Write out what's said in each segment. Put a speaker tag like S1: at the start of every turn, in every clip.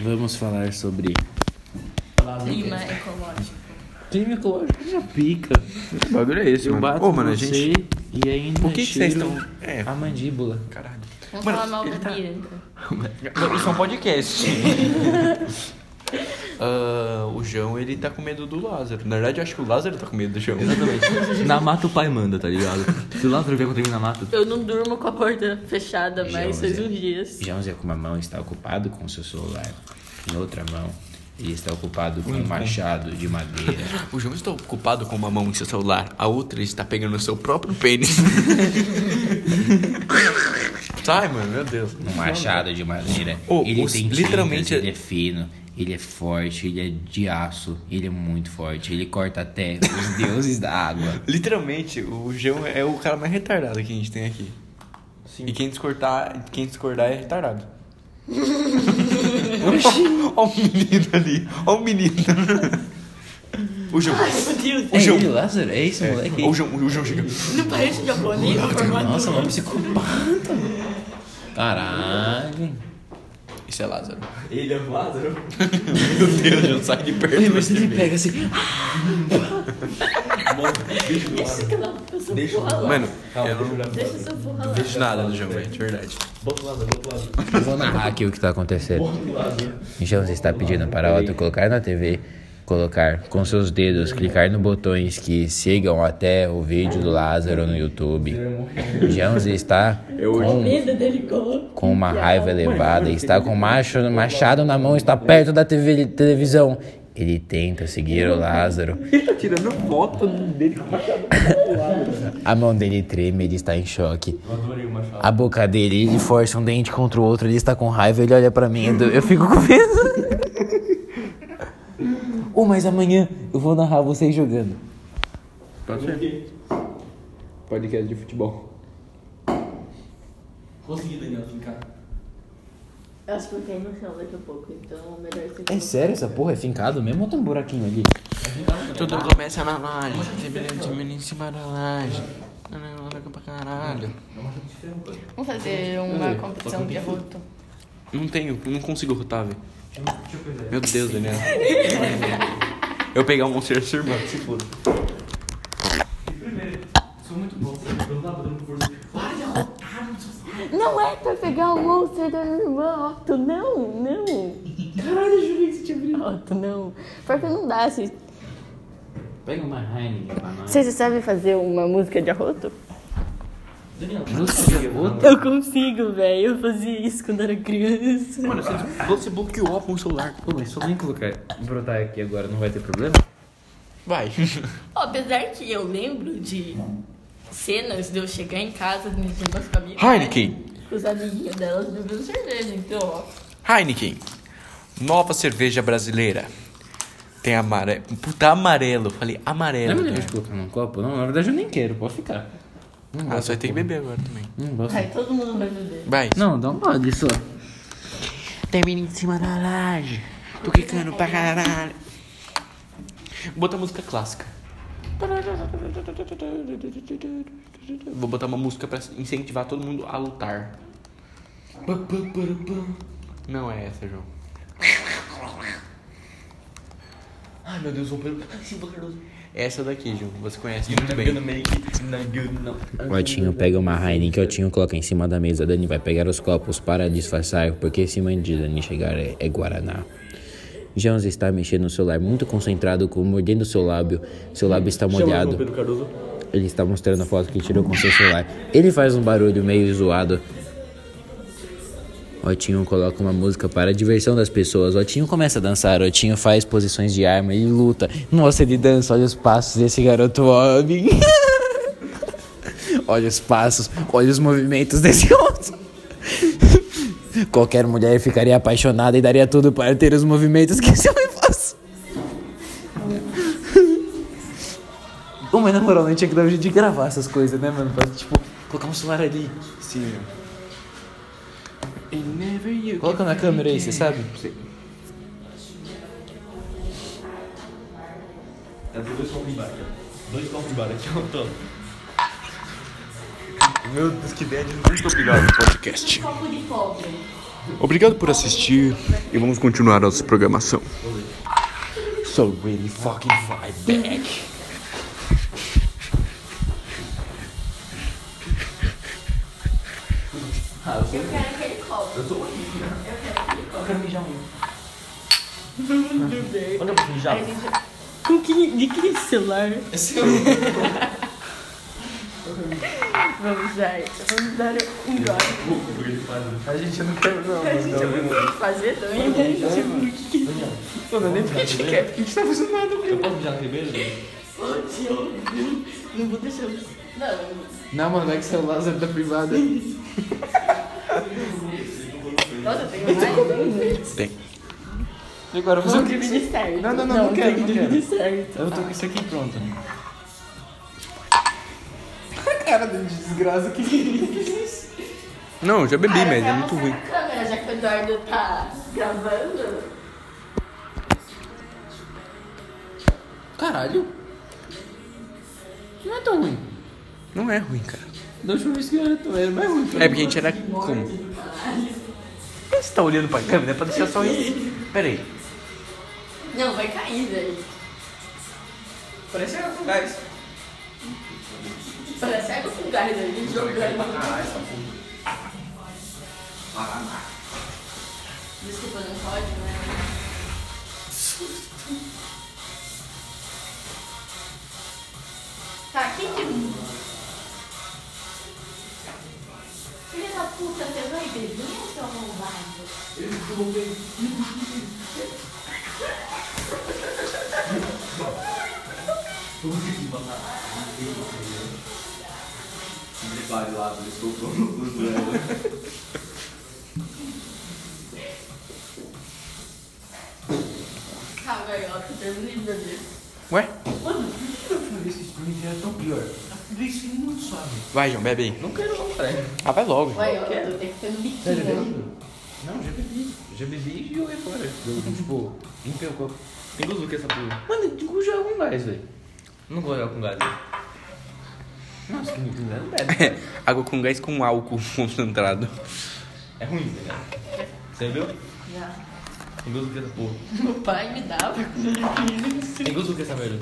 S1: Vamos falar sobre
S2: Clima ecológico.
S1: clima ecológico já pica.
S3: Que bagulho é esse,
S1: Eu
S3: mano?
S1: bato
S3: Ô, mano, a
S1: você
S3: gente...
S1: e ainda
S3: O que que vocês
S1: tiro
S3: tão- É.
S1: a mandíbula.
S3: Caralho.
S2: Vamos
S3: Mano,
S2: falar mal
S3: ele
S2: da
S3: tá-
S2: Bianca.
S3: Isso é um podcast. Ah, o João, ele tá com medo do Lázaro. Na verdade, eu acho que o Lázaro tá com medo do João.
S4: Exatamente. na mata o pai manda, tá ligado? Se o Lázaro vier contra mim na mata,
S5: Eu não durmo com a porta fechada mais
S1: Joãozinho.
S5: todos os dias.
S1: Joãozinho com uma mão está ocupado com seu celular. Em outra mão, ele está ocupado com um machado de madeira.
S3: O João está ocupado com uma mão em seu celular, a outra está pegando o seu próprio pênis. Sai, mano, meu Deus.
S1: Um machado de madeira.
S3: Ô,
S1: ele
S3: os-
S1: tem tintas,
S3: literalmente-
S1: ele é fino, ele é forte, ele é de aço, ele é muito forte. Ele corta até os deuses da água.
S3: Literalmente, o João é o cara mais retardado que a gente tem aqui. E quem discordar, quem discordar é retardado. Olha o menino ali. Olha o menino. o João.
S1: é
S3: João.
S1: ele, Lázaro? É esse moleque?
S3: Olha o João, o João chega.
S5: Não parece japonês,
S1: Nossa, mano, psicopata. Caralho.
S3: Isso é Lázaro.
S4: ele é o Lázaro.
S3: Meu Deus, João, sai de perto.
S1: Mas ele pega assim.
S4: Deixa o Lázaro.
S3: Mano, eu não
S5: tá Deixa essa porra lá.
S3: vejo nada do João, velho, de verdade.
S4: Bota o Lázaro, bota o Lázaro.
S1: Eu vou narrar aqui o que tá acontecendo. João você está pedindo para Otto colocar na TV, colocar com seus dedos, clicar nos botões que sigam até o vídeo do Lázaro no YouTube. João Zé está com,
S5: Medo dele com.
S1: com uma raiva elevada, está com o macho, machado na mão, está perto da TV televisão. Ele tenta seguir o Lázaro.
S4: Ele tá tirando foto dele com o machado.
S1: A mão dele treme, ele está em choque. A boca dele, ele força um dente contra o outro, ele está com raiva, ele olha pra mim, eu- eu fico com medo. Ou mas amanhã eu vou narrar vocês jogando.
S4: Pode ser. Podcast de futebol.
S6: Consegui, Daniel, fincar.
S5: Eu acho que eu caí no chão daqui a pouco, então melhor você.
S1: É sério essa porra? É fincado mesmo ou tem um buraquinho ali?
S3: Tudo começa na laje. Brilhante menino em cima da laje. Anda pra caralho.
S2: Vamos fazer uma competição de
S5: um
S2: arroto.
S3: Não tenho, não consigo rotar, velho. Meu Deus, Daniel. Eu pegar um Monster Surban, se foda.
S6: Sou muito bom, eu não tava dando força. Para de arrotar, não sou
S5: Não é pra pegar o monster da minha irmã, Otto, não, não. Caralho, eu jurei que você tinha abrido. Otto, não. Porque não dá, vocês.
S1: Pega uma Heineken pra nós.
S5: Vocês sabem fazer uma música de arroto?
S6: Daniel,
S5: Eu consigo, velho. Eu fazia isso quando era criança.
S3: Mano, você bloqueou com o celular.
S1: Pô, mas se eu nem colocar, brotar aqui agora não vai ter problema?
S3: Vai.
S5: Ó, apesar que eu lembro de cenas de eu chegar em casa de umas famílias.
S3: Heineken.
S5: Com os amiguinhos delas bebendo cerveja, então, ó.
S3: Heineken. Nova cerveja brasileira. Tem amarelo. Puta, amarelo. Falei
S1: Não
S3: amarelo.
S1: me lembro
S3: né?
S1: de colocar num copo, não. Na verdade eu nem quero, pode ficar. Não
S3: Ah,
S1: gosto,
S3: você vai ter que beber agora também.
S1: Não gosto.
S5: Ai, todo mundo vai beber.
S3: Vai.
S1: Não, dá um gole só.
S3: Termina em cima da laje. Tô quicando pra caralho. Bota música clássica. Vou botar uma música pra incentivar todo mundo a lutar. Não é essa, João. Ai, é meu Deus, vou pegar. Silva Cardoso. Essa daqui, João. Você conhece muito bem.
S1: Otinho pega uma Heineken, Otinho coloca em cima da mesa. Dani vai pegar os copos para disfarçar, porque se mãe de Dani chegar é, é Guaraná. Jones está mexendo no celular, muito concentrado, com, mordendo seu lábio. Seu lábio está molhado. Ele está mostrando a foto que tirou com seu celular. Ele faz um barulho meio zoado. Otinho coloca uma música para a diversão das pessoas. Otinho começa a dançar. Otinho faz posições de arma, ele luta. Nossa, ele dança. Olha os passos desse garoto homem. olha os passos, olha os movimentos desse homem. Qualquer mulher ficaria apaixonada e daria tudo para ter os movimentos que esse homem faz. Ô, mas na moral, não tinha que dar um jeito de gravar essas coisas, né, mano? Pra, tipo, colocar um celular ali.
S3: Sim. And never you
S1: Coloca na câmera aí, você sabe?
S6: dois copos de bar aqui, ó. Dois copos de bar aqui, ó. Toma.
S3: Meu Deus, que ideia de muito obrigado podcast.
S5: Copo de pobre.
S3: Obrigado por assistir e vamos continuar nossa programação. So really fucking fight back.
S2: Com que, de que esse celular? vamos, gente. Vamos dar um gole.
S7: A gente não quer, não.
S2: A gente vai muito fazer também, né? A gente vai muito que... Mano, nem porque a gente quer, porque a gente tá fazendo nada.
S7: Eu posso mijar na cerveja?
S2: Não vou deixar você.
S8: Não, mano, vai que celular é da privada.
S2: Nossa, tem mais?
S3: Tem.
S8: E agora você.
S2: Não divide certo.
S8: Não, não, não, não quero,
S2: tem que
S8: não quero.
S2: dividir certo.
S8: Eu tô com isso aqui pronto. A cara de desgraça, que que é isso?
S3: Não, eu já bebi,
S2: Cara,
S3: mas
S2: eu
S3: é
S2: quero
S3: muito
S2: mostrar
S3: ruim.
S2: na câmera, já que o Eduardo tá gravando.
S8: Caralho. Não é tão ruim.
S3: Não é ruim, cara.
S8: Da última vez que eu era tão era mais ruim.
S3: É porque a gente era como? Por que você tá olhando pra câmera? É pra deixar só isso. Pera aí.
S2: Não, vai cair, velho.
S8: Parece um gás.
S2: Parece água com gás, velho. A gente jogando. Desculpa, não pode, né? Tá, quem que. Filha da puta, você vai beber, seu malvado?
S7: Prepare lá, eu estou pronto.
S2: Tá, garota, terminei de beber.
S3: Ué?
S8: Esse sprint era tão pior. Isso é muito suave.
S3: Vai, João, bebe aí.
S8: Não quero não, caralho.
S3: Ah, vai logo.
S2: Garota, tem que ser no né? biquinho.
S8: Não, já bebi. Já bebi e joguei fora. tipo, limpei o copo.
S7: Tem gosto do que essa porra?
S8: Mano, tipo, já é um gás, velho.
S7: Não vou olhar com gás.
S8: Nossa, que me
S7: um
S8: não bebe.
S3: Água com gás com álcool concentrado.
S7: É ruim, né? Você viu?
S2: Já.
S7: Tem gosto do que essa porra?
S2: Meu pai me dava quando eu era criança.
S7: Tem gosto do que essa merda?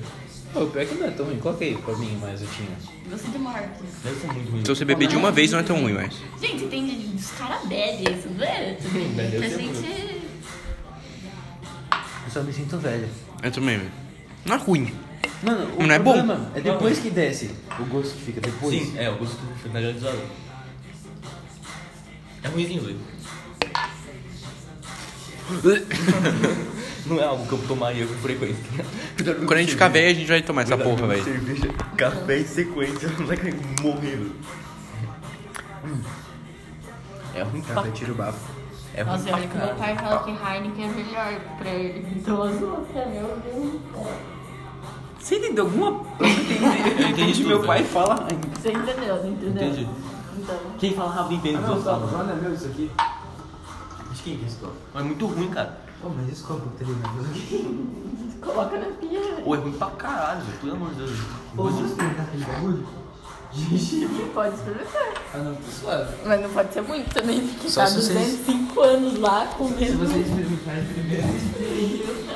S8: Pô, pior que não é tão ruim. Coloca aí pra mim mais, eu tinha.
S2: Você de Marcos.
S7: Deve ser muito ruim.
S3: Então, Se você beber de uma vez, não é tão ruim mais.
S2: Gente, tem de- os caras bebem isso, não é?
S7: bebe, eu
S2: A
S7: sei
S2: gente.
S8: Eu só me sinto velho.
S3: Eu também, velho. Não é ruim.
S8: Mano, o
S3: Não é bom?
S8: problema é depois que desce o gosto que fica. Depois.
S7: Sim, é, o gosto do finalizado. É ruimzinho, velho. Não é algo que eu tomaria com frequência.
S3: Quando a gente ficar velho, a gente vai tomar essa porra, velho.
S7: Cerveja, café em sequência, não vai querer morrer, velho. É ruim pra
S8: Café tira o bafo.
S7: É ruim
S2: Nossa,
S7: pra
S2: olha que meu
S7: caralho.
S2: pai fala que Heineken é melhor pra ele. Então as outras, meu Deus.
S8: Você entendeu alguma coisa?
S7: Eu entendi
S8: meu
S7: tudo,
S8: pai
S7: né?
S8: fala. Ai,
S2: Você entendeu, não entendeu?
S7: Entendi.
S2: Então.
S7: Quem fala rápido entende o que eu falo.
S8: não é meu isso aqui.
S7: Mas quem que é esse copo? É muito ruim, cara.
S8: Pô, mas esse copo que teria meu aqui.
S2: Coloca na pia. velho.
S7: Ou é ruim pra caralho, velho. Pelo amor de Deus.
S8: Ou você experimentar aquele bagulho?
S2: Pode experimentar.
S8: Ah, não, tô suave.
S2: Mas não pode ser muito também, porque
S8: Só
S2: tá
S8: se vocês-
S2: 205 anos lá com o
S8: Se
S2: mesmo.
S8: vocês experimentarem primeiro.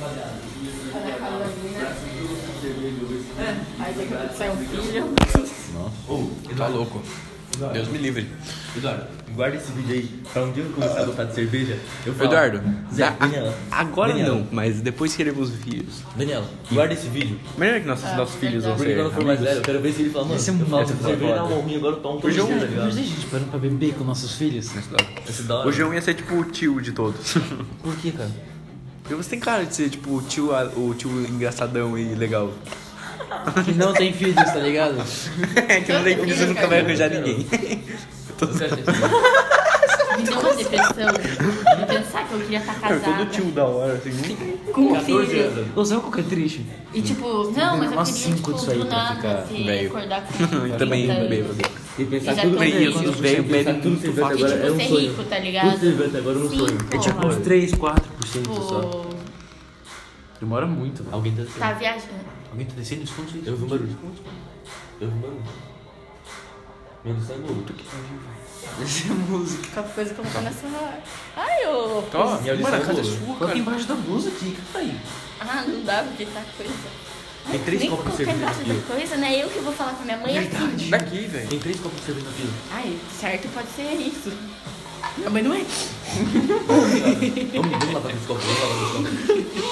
S2: Olha a cara da menina. Aí daqui a pouco sai um filho.
S3: Tá louco. Deus me livre.
S7: Eduardo, guarda esse vídeo aí. Pra um dia eu começar a gostar de cerveja, eu falo.
S3: Eduardo,
S7: Zé,
S3: a-
S7: Daniela.
S3: agora
S7: Daniela,
S3: não, mas depois queremos filhos.
S7: Daniela, guarda esse vídeo.
S3: Melhor que
S7: Ah,
S3: nossos, nossos filhos
S8: É,
S3: vão
S7: Porque
S3: ser.
S7: quando eu for mais
S3: amigos.
S7: velho, eu quero ver se ele fala, mano, eu falo
S8: muito
S7: que cerveja dá
S8: é um foda.
S7: um morrinho, agora eu tomo todo
S3: Hoje é um-
S7: dia, tá ligado?
S8: Mas a gente parando pra beber com nossos filhos? é um-
S7: Esse é da hora.
S3: O João ia ser tipo o tio de todos.
S7: Por que, cara?
S3: Porque você tem cara de ser tipo o tio, a- o tio engraçadão e legal.
S8: Que não tem filhos, tá ligado?
S7: é
S2: Então,
S3: É que não tem filho, você nunca vai arranjar ninguém.
S7: Você acha isso?
S2: me deu uma depressão. de Pensar que eu queria tá estar
S3: Cara, todo
S2: casada.
S3: tio da hora, assim.
S2: Com um filho.
S9: anos.
S10: Ô, sabe qual que é triste?
S2: E tipo, não, mas eu
S10: Umas
S2: queria, tipo,
S10: cinco disso aí
S2: do
S10: pra ficar
S2: nada, assim,
S3: velho.
S2: acordar com
S3: E também
S2: 30 anos.
S3: bêbado.
S7: E pensar
S3: é
S2: Já
S7: tudo
S2: tô
S7: que
S2: velho.
S7: quando você
S3: Velho,
S7: pensar
S3: velho,
S7: tudo que você fez
S3: muito
S7: agora
S2: fácil.
S7: é um
S2: Tipo, ser
S7: sonho.
S2: rico, tá ligado?
S7: Tudo que você fez agora é um
S2: Sim,
S7: sonho.
S2: pô.
S7: É tipo,
S10: Uns 3, 4% só.
S2: Tipo,
S10: Demora muito. velho.
S9: Alguém tá descendo.
S2: tá viajando.
S9: Alguém tá descendo, esconde isso.
S7: eu vi um barulho. Eu vi um barulho. Menos sai maluco.
S10: Essa é a música.
S2: Qualquer coisa colocando essa. Ai, ô.
S3: Ó,
S7: Minha
S3: mano, a
S7: audição
S3: casa é
S7: boa.
S3: sua,
S10: Coloca
S3: cara.
S10: embaixo da blusa aqui, cara.
S2: Ah, não dá porque tá coisa.
S7: Tem três
S2: Nem
S7: copos de
S2: É qualquer
S7: cerveja
S2: embaixo
S7: aqui.
S2: da coisa, né? Eu que vou falar com minha mãe aqui.
S3: Daqui, velho.
S7: Tem três copos de cerveja na pila.
S2: Ai, certo pode ser isso. Minha mãe não é.
S7: Vamos, vamos lavar com os copos, vamos lavar com os copos.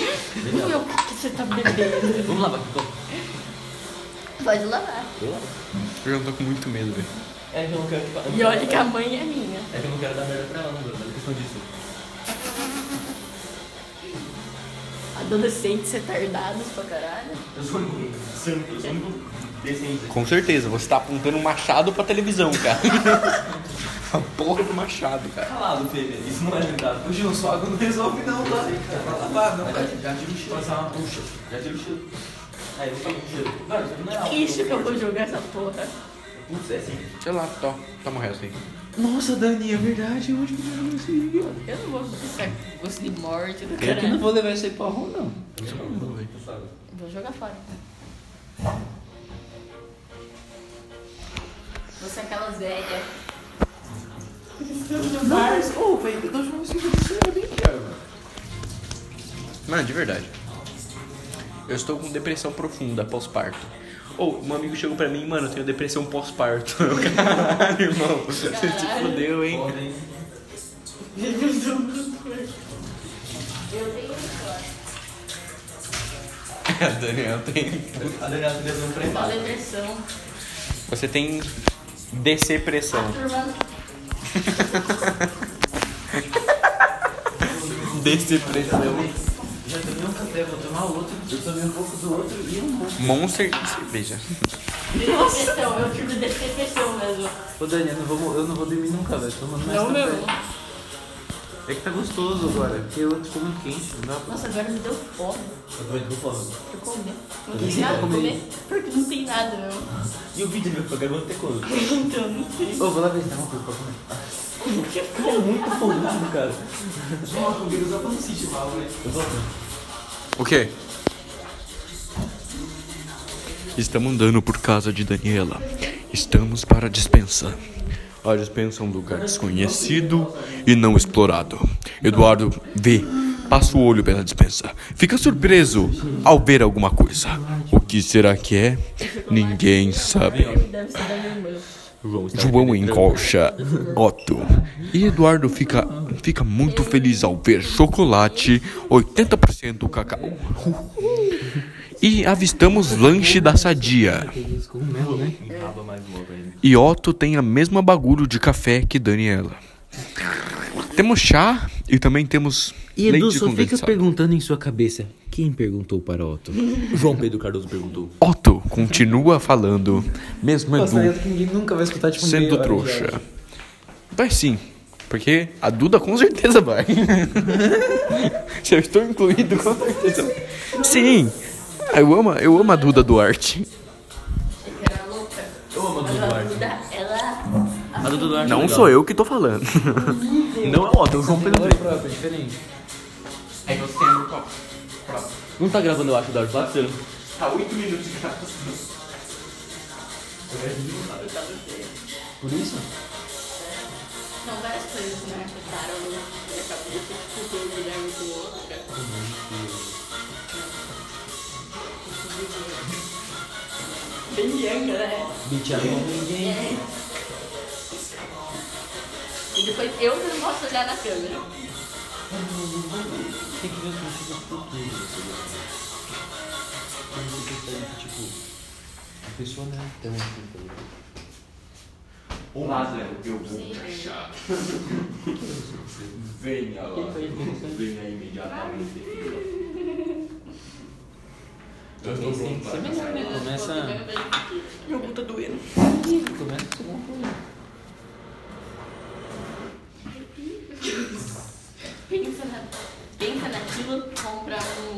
S2: Não eu que você tá bebendo.
S7: Vamos lavar com os copos.
S2: Pode lavar.
S3: Eu já tô com muito medo, velho.
S7: É que eu não quero que fa- eu não
S2: E olha
S7: quero
S2: que a mãe é minha.
S7: É que eu não quero dar merda pra ela, mano. Mas é questão disso.
S2: Adolescente retardado pra caralho.
S7: Eu sou o único santo, eu sou o único decente.
S3: Com certeza, você tá apontando um machado pra televisão, cara. a porra do machado, cara.
S10: Calado, Fê, isso não é verdade. Hoje não só água não resolve não, tá? Vai lavar, não. Já tira o cheiro. Passar uma bucha. Já tira o cheiro. Aí, eu tava com cheiro. Não, isso não é álcool.
S2: Ixi, que eu vou jogar essa porra.
S10: Putz, é assim.
S3: Sei lá, to, toma o resto aí.
S10: Nossa, Dani, é verdade. Onde que eu consegui?
S2: Eu não vou ficar com gosto de morte do
S10: Eu que não
S2: caralho.
S10: vou levar isso aí pra rua, não.
S2: Vou jogar fora. Vou ser aquela velha.
S10: Mas, ô, velho, eu tô jogando isso você é bem pior, mano.
S3: Mano, de verdade. Eu estou com depressão profunda pós-parto. Ou, um amigo chegou pra mim, mano, eu tenho depressão pós-parto. Eu, Caralho, irmão. Você te fudeu, hein? É, Daniel, tem.
S7: A Daniela deu um
S2: Só depressão.
S3: Você tem depressão.
S2: Turma,
S3: Depressão.
S10: Já tomei um café, vou tomar outro. Eu tomei um pouco do outro e um pouco.
S3: Monster e cerveja.
S2: depressão. Eu tive depressão mesmo.
S10: Ô, Dani, eu não vou, eu não vou dormir nunca, velho. Tomando mais
S2: Não,
S10: café.
S2: meu.
S10: É que tá gostoso agora, porque eu tô muito quente, não dá pra...
S2: Nossa, agora me deu fome.
S7: Eu também tô com fome.
S2: Eu comi. Não tem nada pra comer. Porque não tem nada, meu.
S7: E o vídeo meu foi gravando até quando?
S2: Então, não tem.
S10: Ô, vou lá ver se tem uma coisa pra comer.
S2: é?
S10: é
S7: Tô muito fodido, cara.
S10: né?
S7: Eu vou.
S3: O quê? Estamos andando por casa de Daniela. Estamos para a dispensa. A dispensa é um lugar desconhecido e não explorado. Eduardo vê, passa o olho pela dispensa. Fica surpreso ao ver alguma coisa. O que será que é? Ninguém sabe.
S2: Deve ser da minha irmã.
S3: João encolcha Otto. E Eduardo fica, fica muito feliz ao ver chocolate 80% cacau. E avistamos lanche da sadia. E Otto tem a mesma bagulho de café que Daniela. Temos chá e também temos
S10: E Edu
S3: leite
S10: só fica
S3: condensado.
S10: perguntando em sua cabeça, quem perguntou para Otto?
S7: João Pedro Cardoso perguntou.
S3: Otto continua falando, mesmo Edu
S10: que ninguém nunca vai escutar, tipo,
S3: sendo trouxa. Vai sim. Porque a Duda com certeza vai. Se eu estou incluído, com certeza. Sim! Eu amo, eu amo a Duda Duarte.
S2: Era louca.
S7: Eu amo a Duda
S2: Ela
S7: Duarte.
S2: muda. Ela.
S7: A Duda Duarte.
S3: Não sou eu que tô falando.
S7: Não é o Otto, é o João Pedro Duarte.
S10: própria, diferente.
S3: É que eu tenho copo.
S7: Não tá gravando, eu acho, Eduardo. Fala sério.
S3: Tá 8 minutos de gravação.
S10: Por isso?
S2: Não, várias coisas me afetaram na minha cabeça. Tipo, tem um Guilherme com outra. Bem Bianca, né? É.
S10: Bichado ninguém.
S2: E depois eu não posso olhar na câmera.
S10: né? Tipo, A pessoa não é tão
S2: é.
S10: Começa...
S2: Meu cu tá doendo.
S10: Começa com alguma coisa.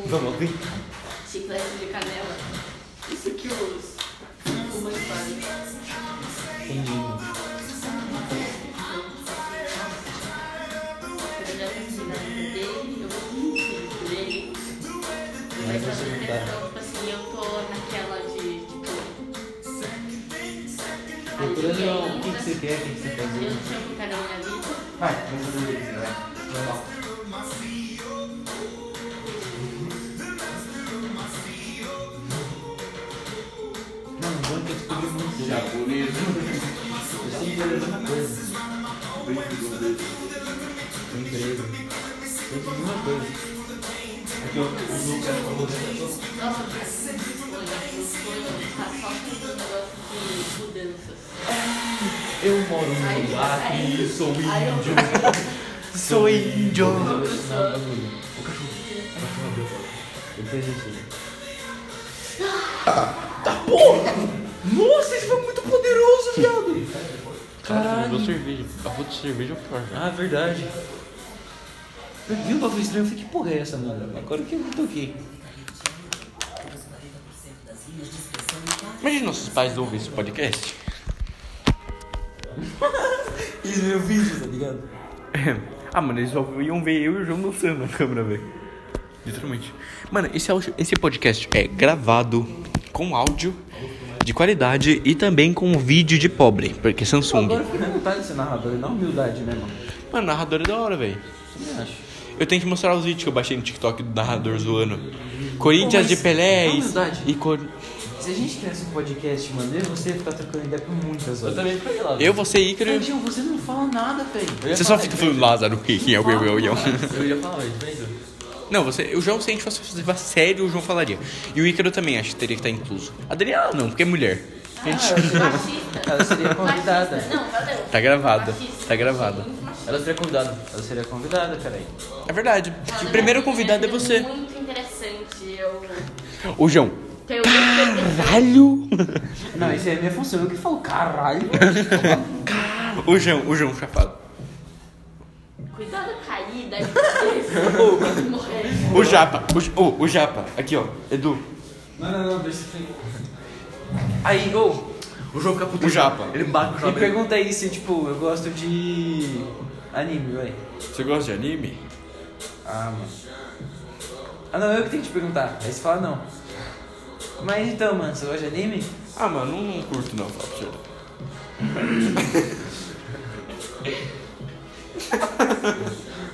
S7: Vamos abrir.
S2: um Chiclete de canela. Isso que os fumãs fazem. Eu já vi na dele, eu vou muito dele. Mas essa questão, tipo assim, eu tô naquela de, tipo... a gente
S7: Procurando o que,
S2: ainda-
S7: que você quer, o que, que você quer
S2: Eu
S7: fazer.
S2: não tinha colocado na minha vida.
S7: Vai, vamos fazer o que você vai. Normal. Mano, vamos ter que descobrir muito já. Eu sempre quero alguma coisa. Um emprego. Sempre alguma coisa. Aqui, ó, o Lucas falou que
S2: Nossa, mas olha, tá só com um negócio de mudanças.
S7: eu moro
S2: Aí,
S7: num lugar
S2: aí,
S7: que sou
S2: Aí eu
S7: índio.
S3: Sou índio.
S7: Não, um bagulho. O cachorro. O cachorro abriu a porta. Depois a gente. Tá porra! Ah, tá Nossa, isso foi muito poderoso, viado! Caralho!
S3: cerveja. A foto de cerveja é o pior.
S7: Ah, verdade. Eu vi um bagulho estranho, eu falei, que porra é essa, mano? Agora que eu me toquei.
S3: Imagina nossos pais ouvem esse podcast.
S7: Eles viram o vídeo, tá ligado?
S3: ah, mano, eles só iam ver eu e o João dançando na câmera, velho. Literalmente. Mano, esse, áudio- esse podcast é gravado com áudio de qualidade e também com vídeo de pobre, porque é Samsung.
S7: Agora eu fiquei com vontade de ser narrador, na humildade, né, mano?
S3: Mano, narrador é da hora, velho.
S7: Também acho.
S3: Eu tenho que mostrar os vídeos que eu baixei no TikTok do narrador zoando. Corinthians de Pelé é
S7: na humildade.
S3: e- e Cor...
S7: Se a gente tivesse um podcast, mano, eu e você ia ficar trocando ideia por muitas horas.
S4: também fiquei lá.
S3: Eu, você e Ícaro.
S7: Ô, Gil, você não fala nada, velho.
S3: Você só fica falando Lázaro, que que é o eu, eu, eu.
S4: Eu ia falar, mas diferente.
S3: Não, você, o João, se a gente fosse fazer uma série, o João falaria. E o Ícaro também acho que teria que estar incluso. A Adriana não, porque é mulher.
S7: Ah,
S2: Machista.
S7: Ela seria convidada.
S2: Machista. Não, valeu.
S3: Tá gravada.
S2: Machista.
S3: Tá gravada.
S4: Ela seria convidada.
S7: Ela seria convidada, peraí.
S3: É verdade.
S2: Olha,
S3: O primeiro
S2: minha
S3: convidado é
S2: vida
S3: você.
S2: Tipo, Muito interessante. Eu
S3: O João.
S2: tenho
S3: Caralho!
S7: Não, isso aí é minha função. Eu que falo, caralho.
S3: O João, o João chapado.
S2: cuidado caída.
S3: O Japa, o, J- ô, o Japa. Aqui, ó. Edu.
S10: Não, não, não, deixa isso aí.
S7: Aí, ô,
S4: O jogo fica puto. né?
S3: O Japa.
S4: Ele bate o
S7: me
S4: jogo.
S7: pergunta aí se, tipo, eu gosto de anime, vai.
S3: Você gosta de anime?
S7: Ah, mano. Ah, não, eu que tenho que te perguntar. Aí você fala não. Mas então, mano, você gosta de anime?
S3: Ah, mano, não, não curto não, fala pra você.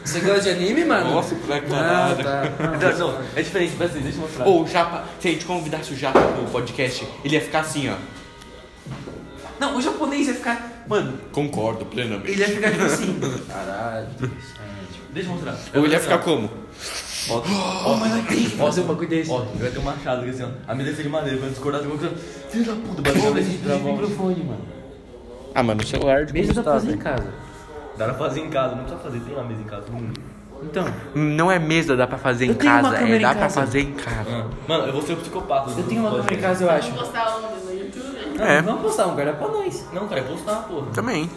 S7: Você gosta de anime, mano?
S3: Nossa, pra
S7: Ah,
S3: caralho.
S7: tá.
S4: Não, não, é diferente, mas assim, deixa eu mostrar.
S3: Ou o Japa, se a gente convidasse o Japa pro podcast, ele ia ficar assim, ó.
S7: Não, o japonês ia ficar... Mano,
S3: Concordo plenamente.
S7: ele ia ficar tipo assim. Caralho, interessante.
S4: Deixa eu mostrar.
S3: Ou ele ia ficar como?
S4: Ó,
S7: Oh, mas eu tenho que fazer um bagulho desse.
S4: ó, vai ter um machado aqui assim, ó. A mesa de madeira, vai discordar de alguma coisa. Filho da puta,
S7: Pô,
S4: bateu na
S7: mas a
S4: mesa de
S7: gente precisa de
S4: travão.
S7: microfone, mano.
S3: Ah, mano, o celular de
S7: Mesmo dá pra fazer em casa.
S4: Dá pra fazer em casa, não precisa fazer, tem uma mesa em casa, hum. todo mundo.
S7: Então,
S3: Não é mesa, dá pra fazer
S7: Eu
S3: em
S7: tenho uma
S3: casa. É,
S7: câmera
S3: dá
S7: em
S3: pra
S7: casa.
S3: fazer em casa.
S4: Mano, eu vou ser o psicopata.
S7: eu tenho uma câmera em casa, eu acho.
S2: Vamos postar um no YouTube.
S7: Não,
S3: É.
S7: Vamos postar um guarda pra nós.
S4: Não, cara, é postar, porra.
S3: Também.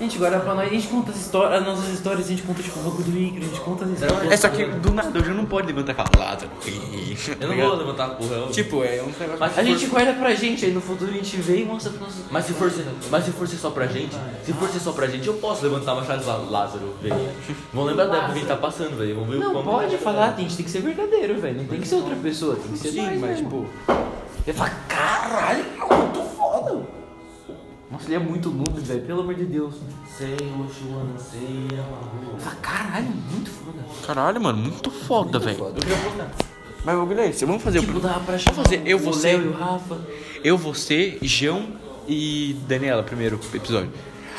S7: Gente, guarda pra nós, a gente conta as histórias, as nossas histórias, a gente conta tipo o louco do Icaro, a gente conta as histórias.
S3: É só que do nada eu já não pode levantar e falar Lázaro.
S7: Tá
S4: Eu não vou levantar a porra. eu-
S3: Tipo, é um negócio.
S4: Mas se
S7: A
S4: for-
S7: gente guarda pra gente, aí no futuro a gente vê e mostra pra nós.
S4: Mas se for ser, mas se for ser só pra gente, se for ser só pra gente, eu posso levantar machado lá, Lázaro, velho. Vão lembrar da época que a gente tá passando, velho. Vão ver é. o
S7: Não,
S4: quão-
S7: pode falar, a gente tem que ser verdadeiro, velho. Não tem que ser outra pessoa, tem que ser
S3: Sim,
S7: nós
S3: mas
S7: mesmo.
S3: tipo.
S7: Ele fala, caralho, eu tô foda. Nossa, ele é muito noob, velho, pelo amor de Deus.
S4: Sei, Oxuana, sei, é Amarru.
S7: Fala, caralho, muito foda.
S3: Caralho, mano, muito foda, velho.
S7: foda.
S3: Mas, bagulho é esse. Vamos fazer
S7: Tipo,
S3: o.
S7: dá pra chamar
S3: fazer eu,
S7: o
S3: você-
S7: Léo e o Rafa.
S3: Eu, você, João e Daniela, primeiro episódio.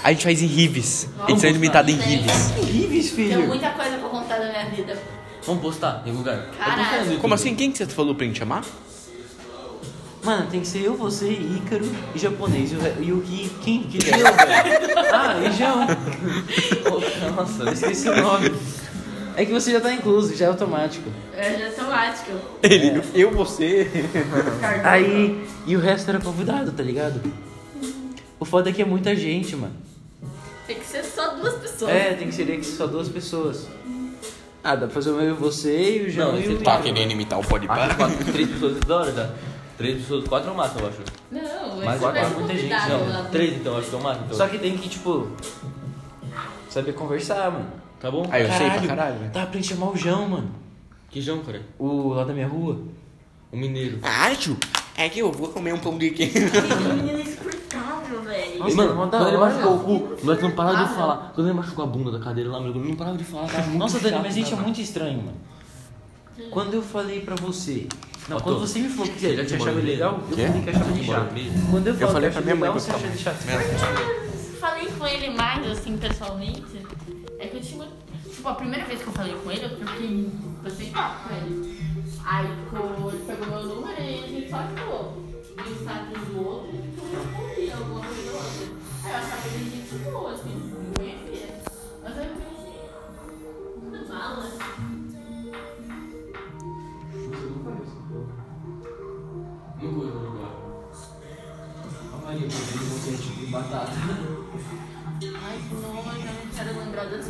S3: A gente faz em Rives. Edição limitada em Rives.
S7: Horríveis,
S2: Tenho
S7: filho.
S2: muita coisa pra contar da minha vida.
S4: Vamos postar em algum lugar.
S2: Caralho.
S4: É postar no
S3: Como
S4: YouTube.
S3: assim? Quem que você falou pra gente chamar?
S7: Mano, tem que ser eu, você, Ícaro e japonês. E o, re- e o que. Quem? Que eu, velho? Ah, e João. Nossa, eu esqueci o nome. É que você já tá incluso, já é automático.
S2: Eu já sou ático.
S3: Ele, eu, você.
S7: Aí, e o resto era convidado, tá ligado? O foda é que é muita gente, mano.
S2: Tem que ser só duas pessoas.
S7: É, tem que ser que só duas pessoas. Ah, dá pra fazer o meu e você e o João
S11: Não,
S7: e
S11: você
S7: o Ah,
S11: tá
S3: Tá
S7: Igor.
S3: querendo imitar o pode
S11: Acho que
S3: parar?
S11: quatro, três
S7: é
S11: pessoas da hora,
S7: tá?
S11: dá. Três pessoas, quatro eu mato, eu acho.
S2: Não,
S11: Mas
S2: mas
S11: agora
S2: vai
S11: é
S7: muita gente, né?
S2: convidado lá
S11: Não,
S2: pro-
S11: três então, acho que eu mato. Então.
S7: Só que é tem que, tipo, saber conversar, mano.
S11: Tá bom?
S3: Aí eu sei pra caralho, né?
S7: Dá tá pra gente chamar o João, mano.
S11: Que jão, cara?
S7: O lá da minha rua.
S11: O mineiro.
S3: Ah, tio, é que eu vou comer um pão de queijo.
S2: Esse menino é insuportável, velho.
S7: Nossa,
S11: mano,
S7: mó da
S11: quando ele
S7: hora.
S11: machucou o cu, o moleque não parava de falar. Quando ele machucou a bunda da cadeira lá, meu, ele não parava de falar. Tava muito
S7: Nossa, Dani,
S11: chato,
S7: mas a gente é
S11: cara.
S7: muito estranho, mano. Quando eu falei pra você. Não,
S11: Ó,
S7: quando
S11: tô.
S7: você me falou que
S11: Você já
S7: você
S11: te
S7: achava
S11: mandou
S7: legal, eu
S3: Quê?
S7: falei que achava de
S11: Bora,
S7: chato.
S11: mesmo.
S7: Quando eu, falo
S3: falei
S7: que
S3: pra
S7: achava
S3: minha mãe,
S7: legal,
S3: meu
S7: você acha de chato.
S2: falei com ele mais, assim, pessoalmente, é que eu tinha. Tipo, a primeira vez que eu falei com ele, eu troquei. Passei papo com ele. Aí pô, ele pegou meu número e a gente só ficou. E o status do outro, e tipo, eu respondi alguma coisa ou outra. Aí eu achava ele gente boa, assim, não conhecia. Mas aí eu pensei, não fala.
S12: Não coisa agora. A Maria, eu tenho um conceito de batata.
S2: Ai, que nojo, eu não quero lembrar das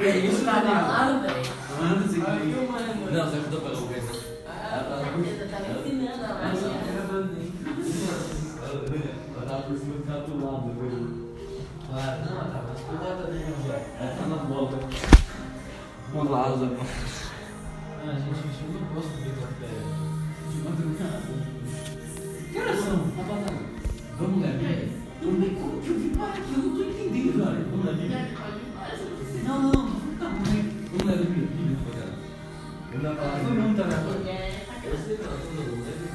S2: É isso, tá lá, velho.
S12: Mano, você que... Não, você ajudou pelo lugar.
S2: Com certeza, tá me ensinando a lá.
S12: Ela tava por cima do cara do lado, velho. Ah, não, ela tava cuidado também, velho. Ela tá na bola.
S11: O Lázaro.
S12: Ah, gente, eu não posso beber café. De madrugada. Que horas são? Tá batendo. Vamos lá, amiga. Eu nem como que eu vim para aqui, eu não tô entendendo, cara. Vamos lá, amiga. Não, não, não. Tá bom, né? Vamos lá, amiga. Vamos lá, amiga. Vamos lá, amiga.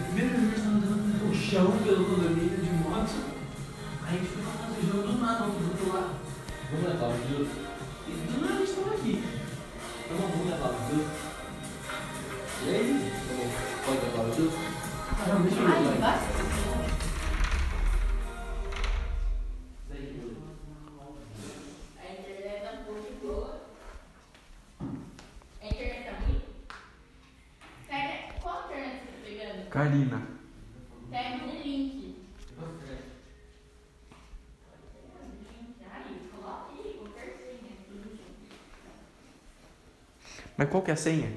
S12: Primeiro aniversário do o chão pelo condomínio de moto. Aí a gente foi pra casa do João do nada, vamos pro lá. Vamos levar o Jô. E do nada eles estão aqui. Tá bom, vamos levar o Jô. E aí? Tá bom, pode levar o Jô? Ah, não, deixa eu levar.
S2: A internet tá muito boa. A internet tá ruim? Pega. Qual internet você tá pegando?
S3: Karina.
S2: Pega um link. Ai, coloca aí, o perfil.
S3: Mas qual que é a senha?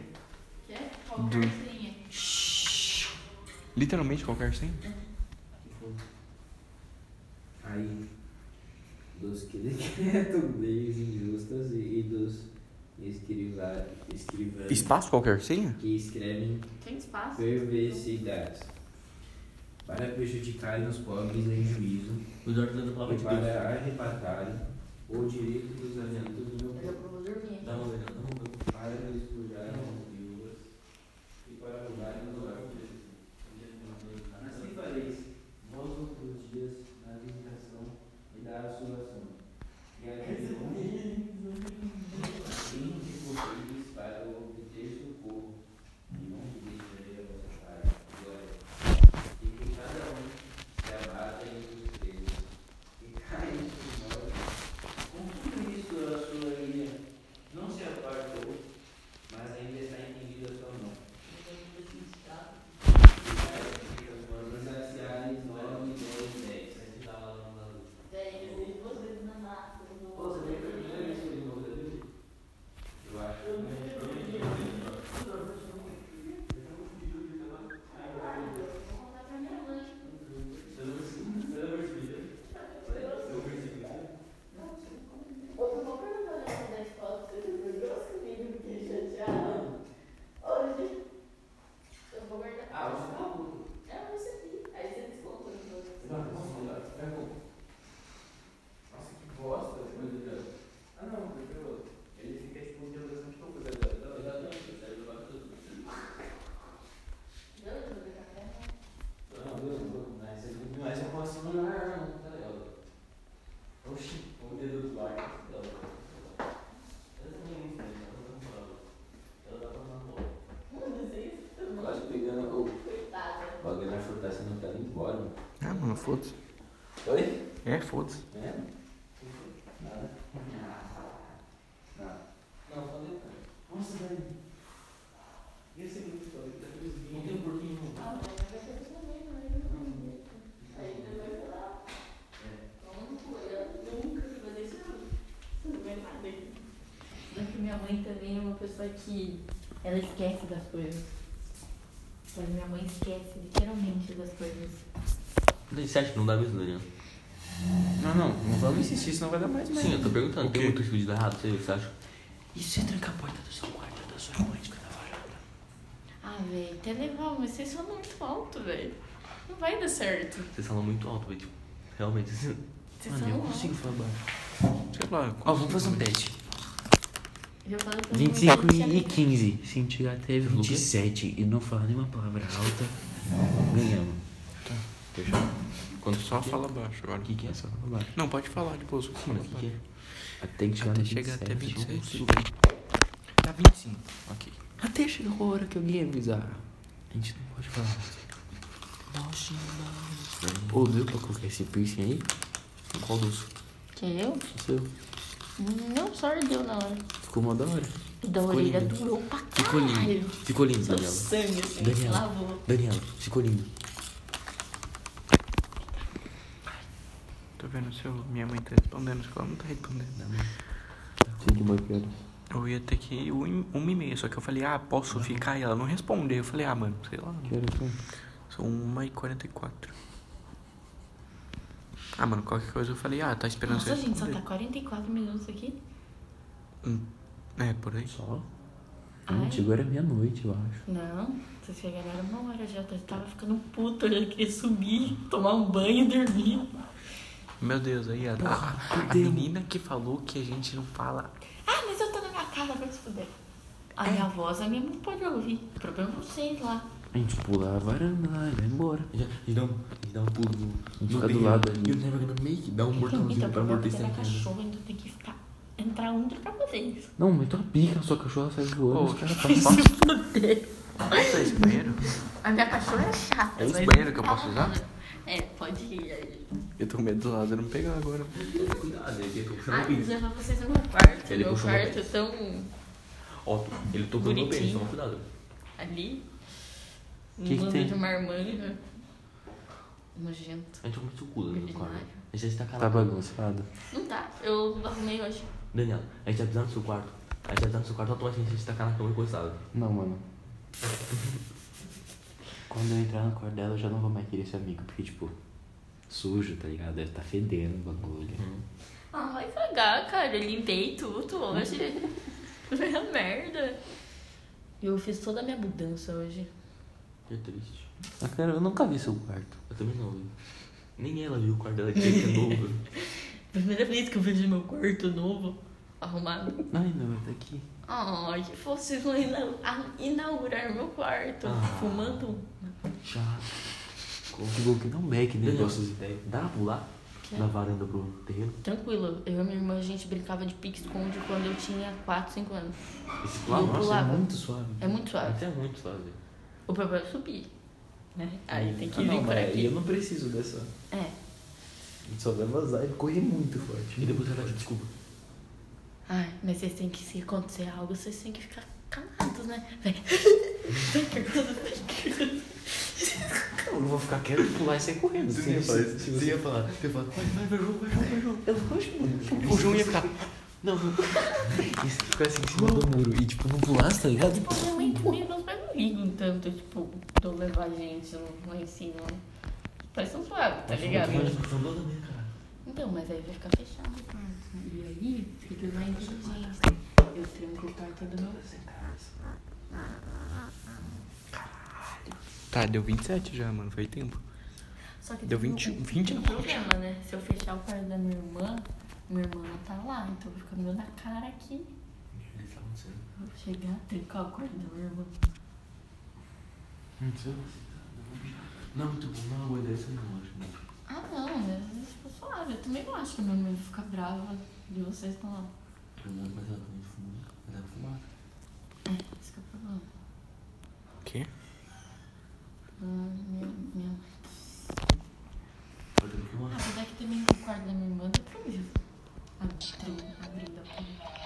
S2: Quer? Qual perfil?
S3: Literalmente qualquer senha?
S1: Aí, dos que decretam leis injustas e dos escriva- escrivanos
S3: Espaço qualquer senha?
S1: que escrevem
S2: Tem espaço?
S1: perversidades para prejudicarem os pobres em juízo
S11: O Eduardo tá dando
S1: e para arrebatarem o direito dos alientos do meu
S2: Mas eu
S1: povo,
S2: vou dormir.
S11: Dá uma olhada, dá uma olhada.
S1: para despojarem as viúvas e para roubarem o lar deles. Assim fareis, vós outros dias, na visitação e da assolação. E aquele Vinde vocês para obter socorro, e não me deixarei a vossa parte. Glória. E que cada um se abata em os três, e caia em seus olhos. Com tudo isso a sua alegria não se apartou, mas ainda está entendido a sua mão. E as formas aciais, nove, dez, dez.
S2: Tem vocês na massa.
S1: Eu acho que
S2: Eu vou perguntar nessa da escola se você brigou comigo, fiquei chateada. Hoje. Eu vou guardar. Ah, você tá burro. É, eu percebi. Aí você descontou em todos.
S1: ele fica escondendo bastante coisa. Exatamente, deve levar tudo.
S2: Deu de fazer café?
S1: Não, não, não. Mas eu- Mas eu posso mandar, não, tá legal. Oxi, o dedo do ar. Ela também, ela tá falando. Ela tá falando.
S2: Não sei se você
S1: Eu acho que pegando. ô,
S2: coitada.
S1: O bagulho na frutaça não tá indo embora, mano.
S3: Ah, mano, foda-se.
S1: Oi?
S3: É, foda-se.
S1: É? Nada. Nada. Não, falei pra Nossa, velho. Esse é muito foda. Tá fresquinho. Não tem porquinho, não.
S2: Ah, mas vai ser isso também, mas eu não acredito. Aí você vai falar. tá Como foi? Eu nunca fiz fazer isso. Você não vai nada. Daqui É minha mãe pessoa que ela esquece das coisas. Mas minha mãe esquece literalmente das coisas.
S13: Daí Você acha que não dá mesmo, Daniel?
S14: Não, não, não vamos insistir, senão vai dar mais merda.
S13: Sim, eu tô perguntando.
S15: O
S13: Tem
S15: quê?
S13: muito risco de dar errado, você, você acha?
S14: E se você trancar a porta do seu quarto da sua mãe de cada varanda?
S2: Ah, velho, até legal, mas vocês falam muito alto, velho. Não vai dar certo.
S13: Vocês falam muito alto, velho. Tipo, realmente, assim.
S2: Vocês
S14: Mano,
S2: falam
S14: eu
S2: alto.
S14: consigo falar baixo.
S15: Sei lá.
S14: Ó, vamos fazer um teste.
S2: Eu falo que eu não
S7: 25
S2: sei
S7: e
S2: o que é.
S7: 15. Se a gente chegar até 27 e não falar nenhuma palavra alta, ganhamos.
S15: Quando só fala baixo agora. O que, que é?
S7: Só falar baixo.
S15: Não, pode falar de boa. só fala
S13: Mano, o que, que
S15: baixo.
S13: é?
S7: Tem que chegar
S15: Até
S7: no
S15: chegar até
S7: 27.
S15: 27. Tá 25. Ok.
S7: Até chegou a hora que alguém avisar. A gente não pode falar. Ô, deu pra colocar esse piercing aí?
S13: Qual dos?
S2: Quem eu?
S7: O seu.
S2: Não, só ardeu na hora.
S7: Ficou mó da hora.
S2: Da orelha doeu pra
S7: Ficou
S2: caralho.
S7: lindo. Ficou lindo,
S2: Só
S7: Daniela.
S2: sangue, assim,
S7: Daniela.
S2: lavou.
S7: Daniela, ficou lindo.
S3: Tô vendo se eu- minha mãe tá respondendo, se ela não tá respondendo.
S7: Gente, boa que horas.
S3: Eu ia ter que ir um- uma e meia, só que eu falei, ah, posso ficar? E ela não respondeu. Eu falei, ah, mano, sei lá.
S7: Que horas são?
S3: São 1 e 44 Ah, mano, qualquer coisa eu falei, ah, tá esperando
S2: Nossa,
S3: você
S2: gente, só
S3: responder.
S2: tá 44 minutos aqui. tá-
S3: É, por aí.
S7: Só?
S2: Ai.
S7: Gente, agora é meia-noite, eu acho.
S2: Não, vocês chegaram uma hora já. Eu tava ficando puta, eu já queria subir, tomar um banho e dormir.
S3: Meu Deus, aí a,
S16: Ah,
S3: a, a menina que falou que a gente não fala.
S2: Ah, mas eu tô na minha casa, vai se fuder. A
S7: É.
S2: minha voz a minha mãe pode ouvir. O problema é vocês lá.
S7: A gente pula a varanda né, lá e vai embora.
S16: Já, e dá um, e dá um pulo no- no
S7: Fica do
S16: meio.
S7: lado ali.
S16: You're never gonna make it. Dá um
S2: Então,
S16: mortalzinho
S2: o
S16: pra
S2: problema é que
S16: amortecer
S2: ela é
S16: a
S7: né?
S16: queda.
S2: cachorro, então tem que ficar. Entrar um pra vocês.
S7: Não, mas tua pica, sua cachorra sai voando.
S3: Ô,
S7: os caras
S3: posso,
S7: passam.
S3: posso esse banheiro?
S2: A minha cachorra é chata.
S3: É esse
S2: mas-
S3: banheiro que eu posso usar?
S2: É, pode ir aí.
S3: Eu tô com medo do Lázaro me pegar agora.
S13: Cuidado, ele tem que
S2: Ah,
S13: puxar
S2: eu
S13: no
S2: vou
S13: pênis.
S2: levar vocês no meu quarto.
S13: Ele
S2: meu
S13: puxou meu
S2: quarto é tão
S13: Ó, tu- ele tocou no meu pênis,
S2: Bonitinho.
S13: toma cuidado.
S2: ali. Um
S7: Que que
S2: bando
S7: tem?
S2: de marmanja. Nojento.
S13: A gente arrumou seu
S14: né,
S13: culo ali no quarto.
S2: Ordinário.
S13: A gente tá
S7: Tá
S13: calado.
S7: bagunçado.
S2: Não tá, eu arrumei hoje.
S13: Daniel, a gente vai pisar no seu quarto. A gente vai pisar no seu quarto automaticamente a gente tá tacar na cama encostado.
S7: Não, mano. Quando eu entrar no quarto dela, eu já não vou mais querer ser amigo, porque, tipo, sujo, tá ligado? Deve tá fedendo o bagulho.
S13: Uhum.
S2: Ah, vai cagar, cara. Eu limpei tudo hoje. Foi uma merda. Eu fiz toda a minha mudança hoje.
S13: Que É triste.
S7: Ah, cara, eu nunca vi seu quarto.
S13: Eu também não, viu? Nem ela viu o quarto dela que é novo.
S2: Primeira vez que eu vejo meu quarto novo, arrumado.
S7: Ai, meu, tá aqui.
S2: Ai, que vocês vão ina- a- inaugurar meu quarto,
S13: Ah.
S2: fumando. um,
S13: Já.
S7: Que bom que dá um back, né?
S13: Daniel,
S7: Gosto de
S13: dá pra pular
S2: Que? é
S13: da varanda pro terreno?
S2: Tranquilo, eu e minha irmã, a gente brincava de pique-esconde quando eu tinha 4, 5 anos.
S13: Esse
S2: E eu
S13: pular? Nossa,
S2: pulava.
S7: é muito suave.
S2: É muito suave.
S13: até muito suave.
S2: O problema é subir, né? Aí tem que
S7: Ah,
S2: vir
S7: não,
S2: pra
S7: mas
S2: aqui.
S7: eu não preciso dessa.
S2: É.
S7: Só vai vazar e correr muito forte.
S13: E depois ela vai desculpa.
S2: Ai, mas vocês têm que, se acontecer algo, vocês têm que ficar calados, né? Vem. Vem, Cartudo, vem.
S7: Eu não vou ficar quieto e pular e sair correndo.
S16: Você ia falar isso. Você ia falar. Você ia falar.
S7: Eu gosto muito.
S3: O João ia ficar.
S7: Não. Isso ficar assim em cima do muro e, tipo, não pular, tá ligado?
S2: Tipo, minha mãe também, meus pais não ligam tanto, tipo, de eu levar a gente no- lá em cima. Mas são suaves, tá ligado? Então, mas aí vai ficar fechado o quarto. né? E aí, fica lá em diligência. Eu tranco o quarto do meu.
S3: Tá, deu 27 já, mano, foi tempo.
S2: Só que
S3: Deu
S2: tem um-
S3: 20, 20
S2: um
S3: não.
S2: problema, né? Se eu fechar o quarto da minha irmã, minha irmã não tá lá, então vai ficar meu na cara aqui.
S13: assim, né?
S2: Vou chegar, trancar o quarto da minha irmã.
S13: Não, muito bom, não é uma boa ideia essa não, acho. não.
S2: Ah, não, mas tipo, suave. Eu também não acho que a minha mãe fica brava de vocês estão lá.
S13: Mas ela também fuma. Mas ela fuma.
S2: É, isso que é o problema.
S3: O quê?
S2: Hum, minha, minha mãe.
S13: Ela também fuma.
S2: Ah, mas é que também o quarto da minha irmã tá Ah, tranquilo. tá. Abrindo, abrindo a porta.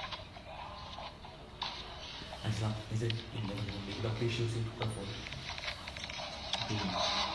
S7: é,
S13: Mas lá, mas aí, ele vai fazer um peixe, dá um peixe, eu sinto que tá fora. Entendi.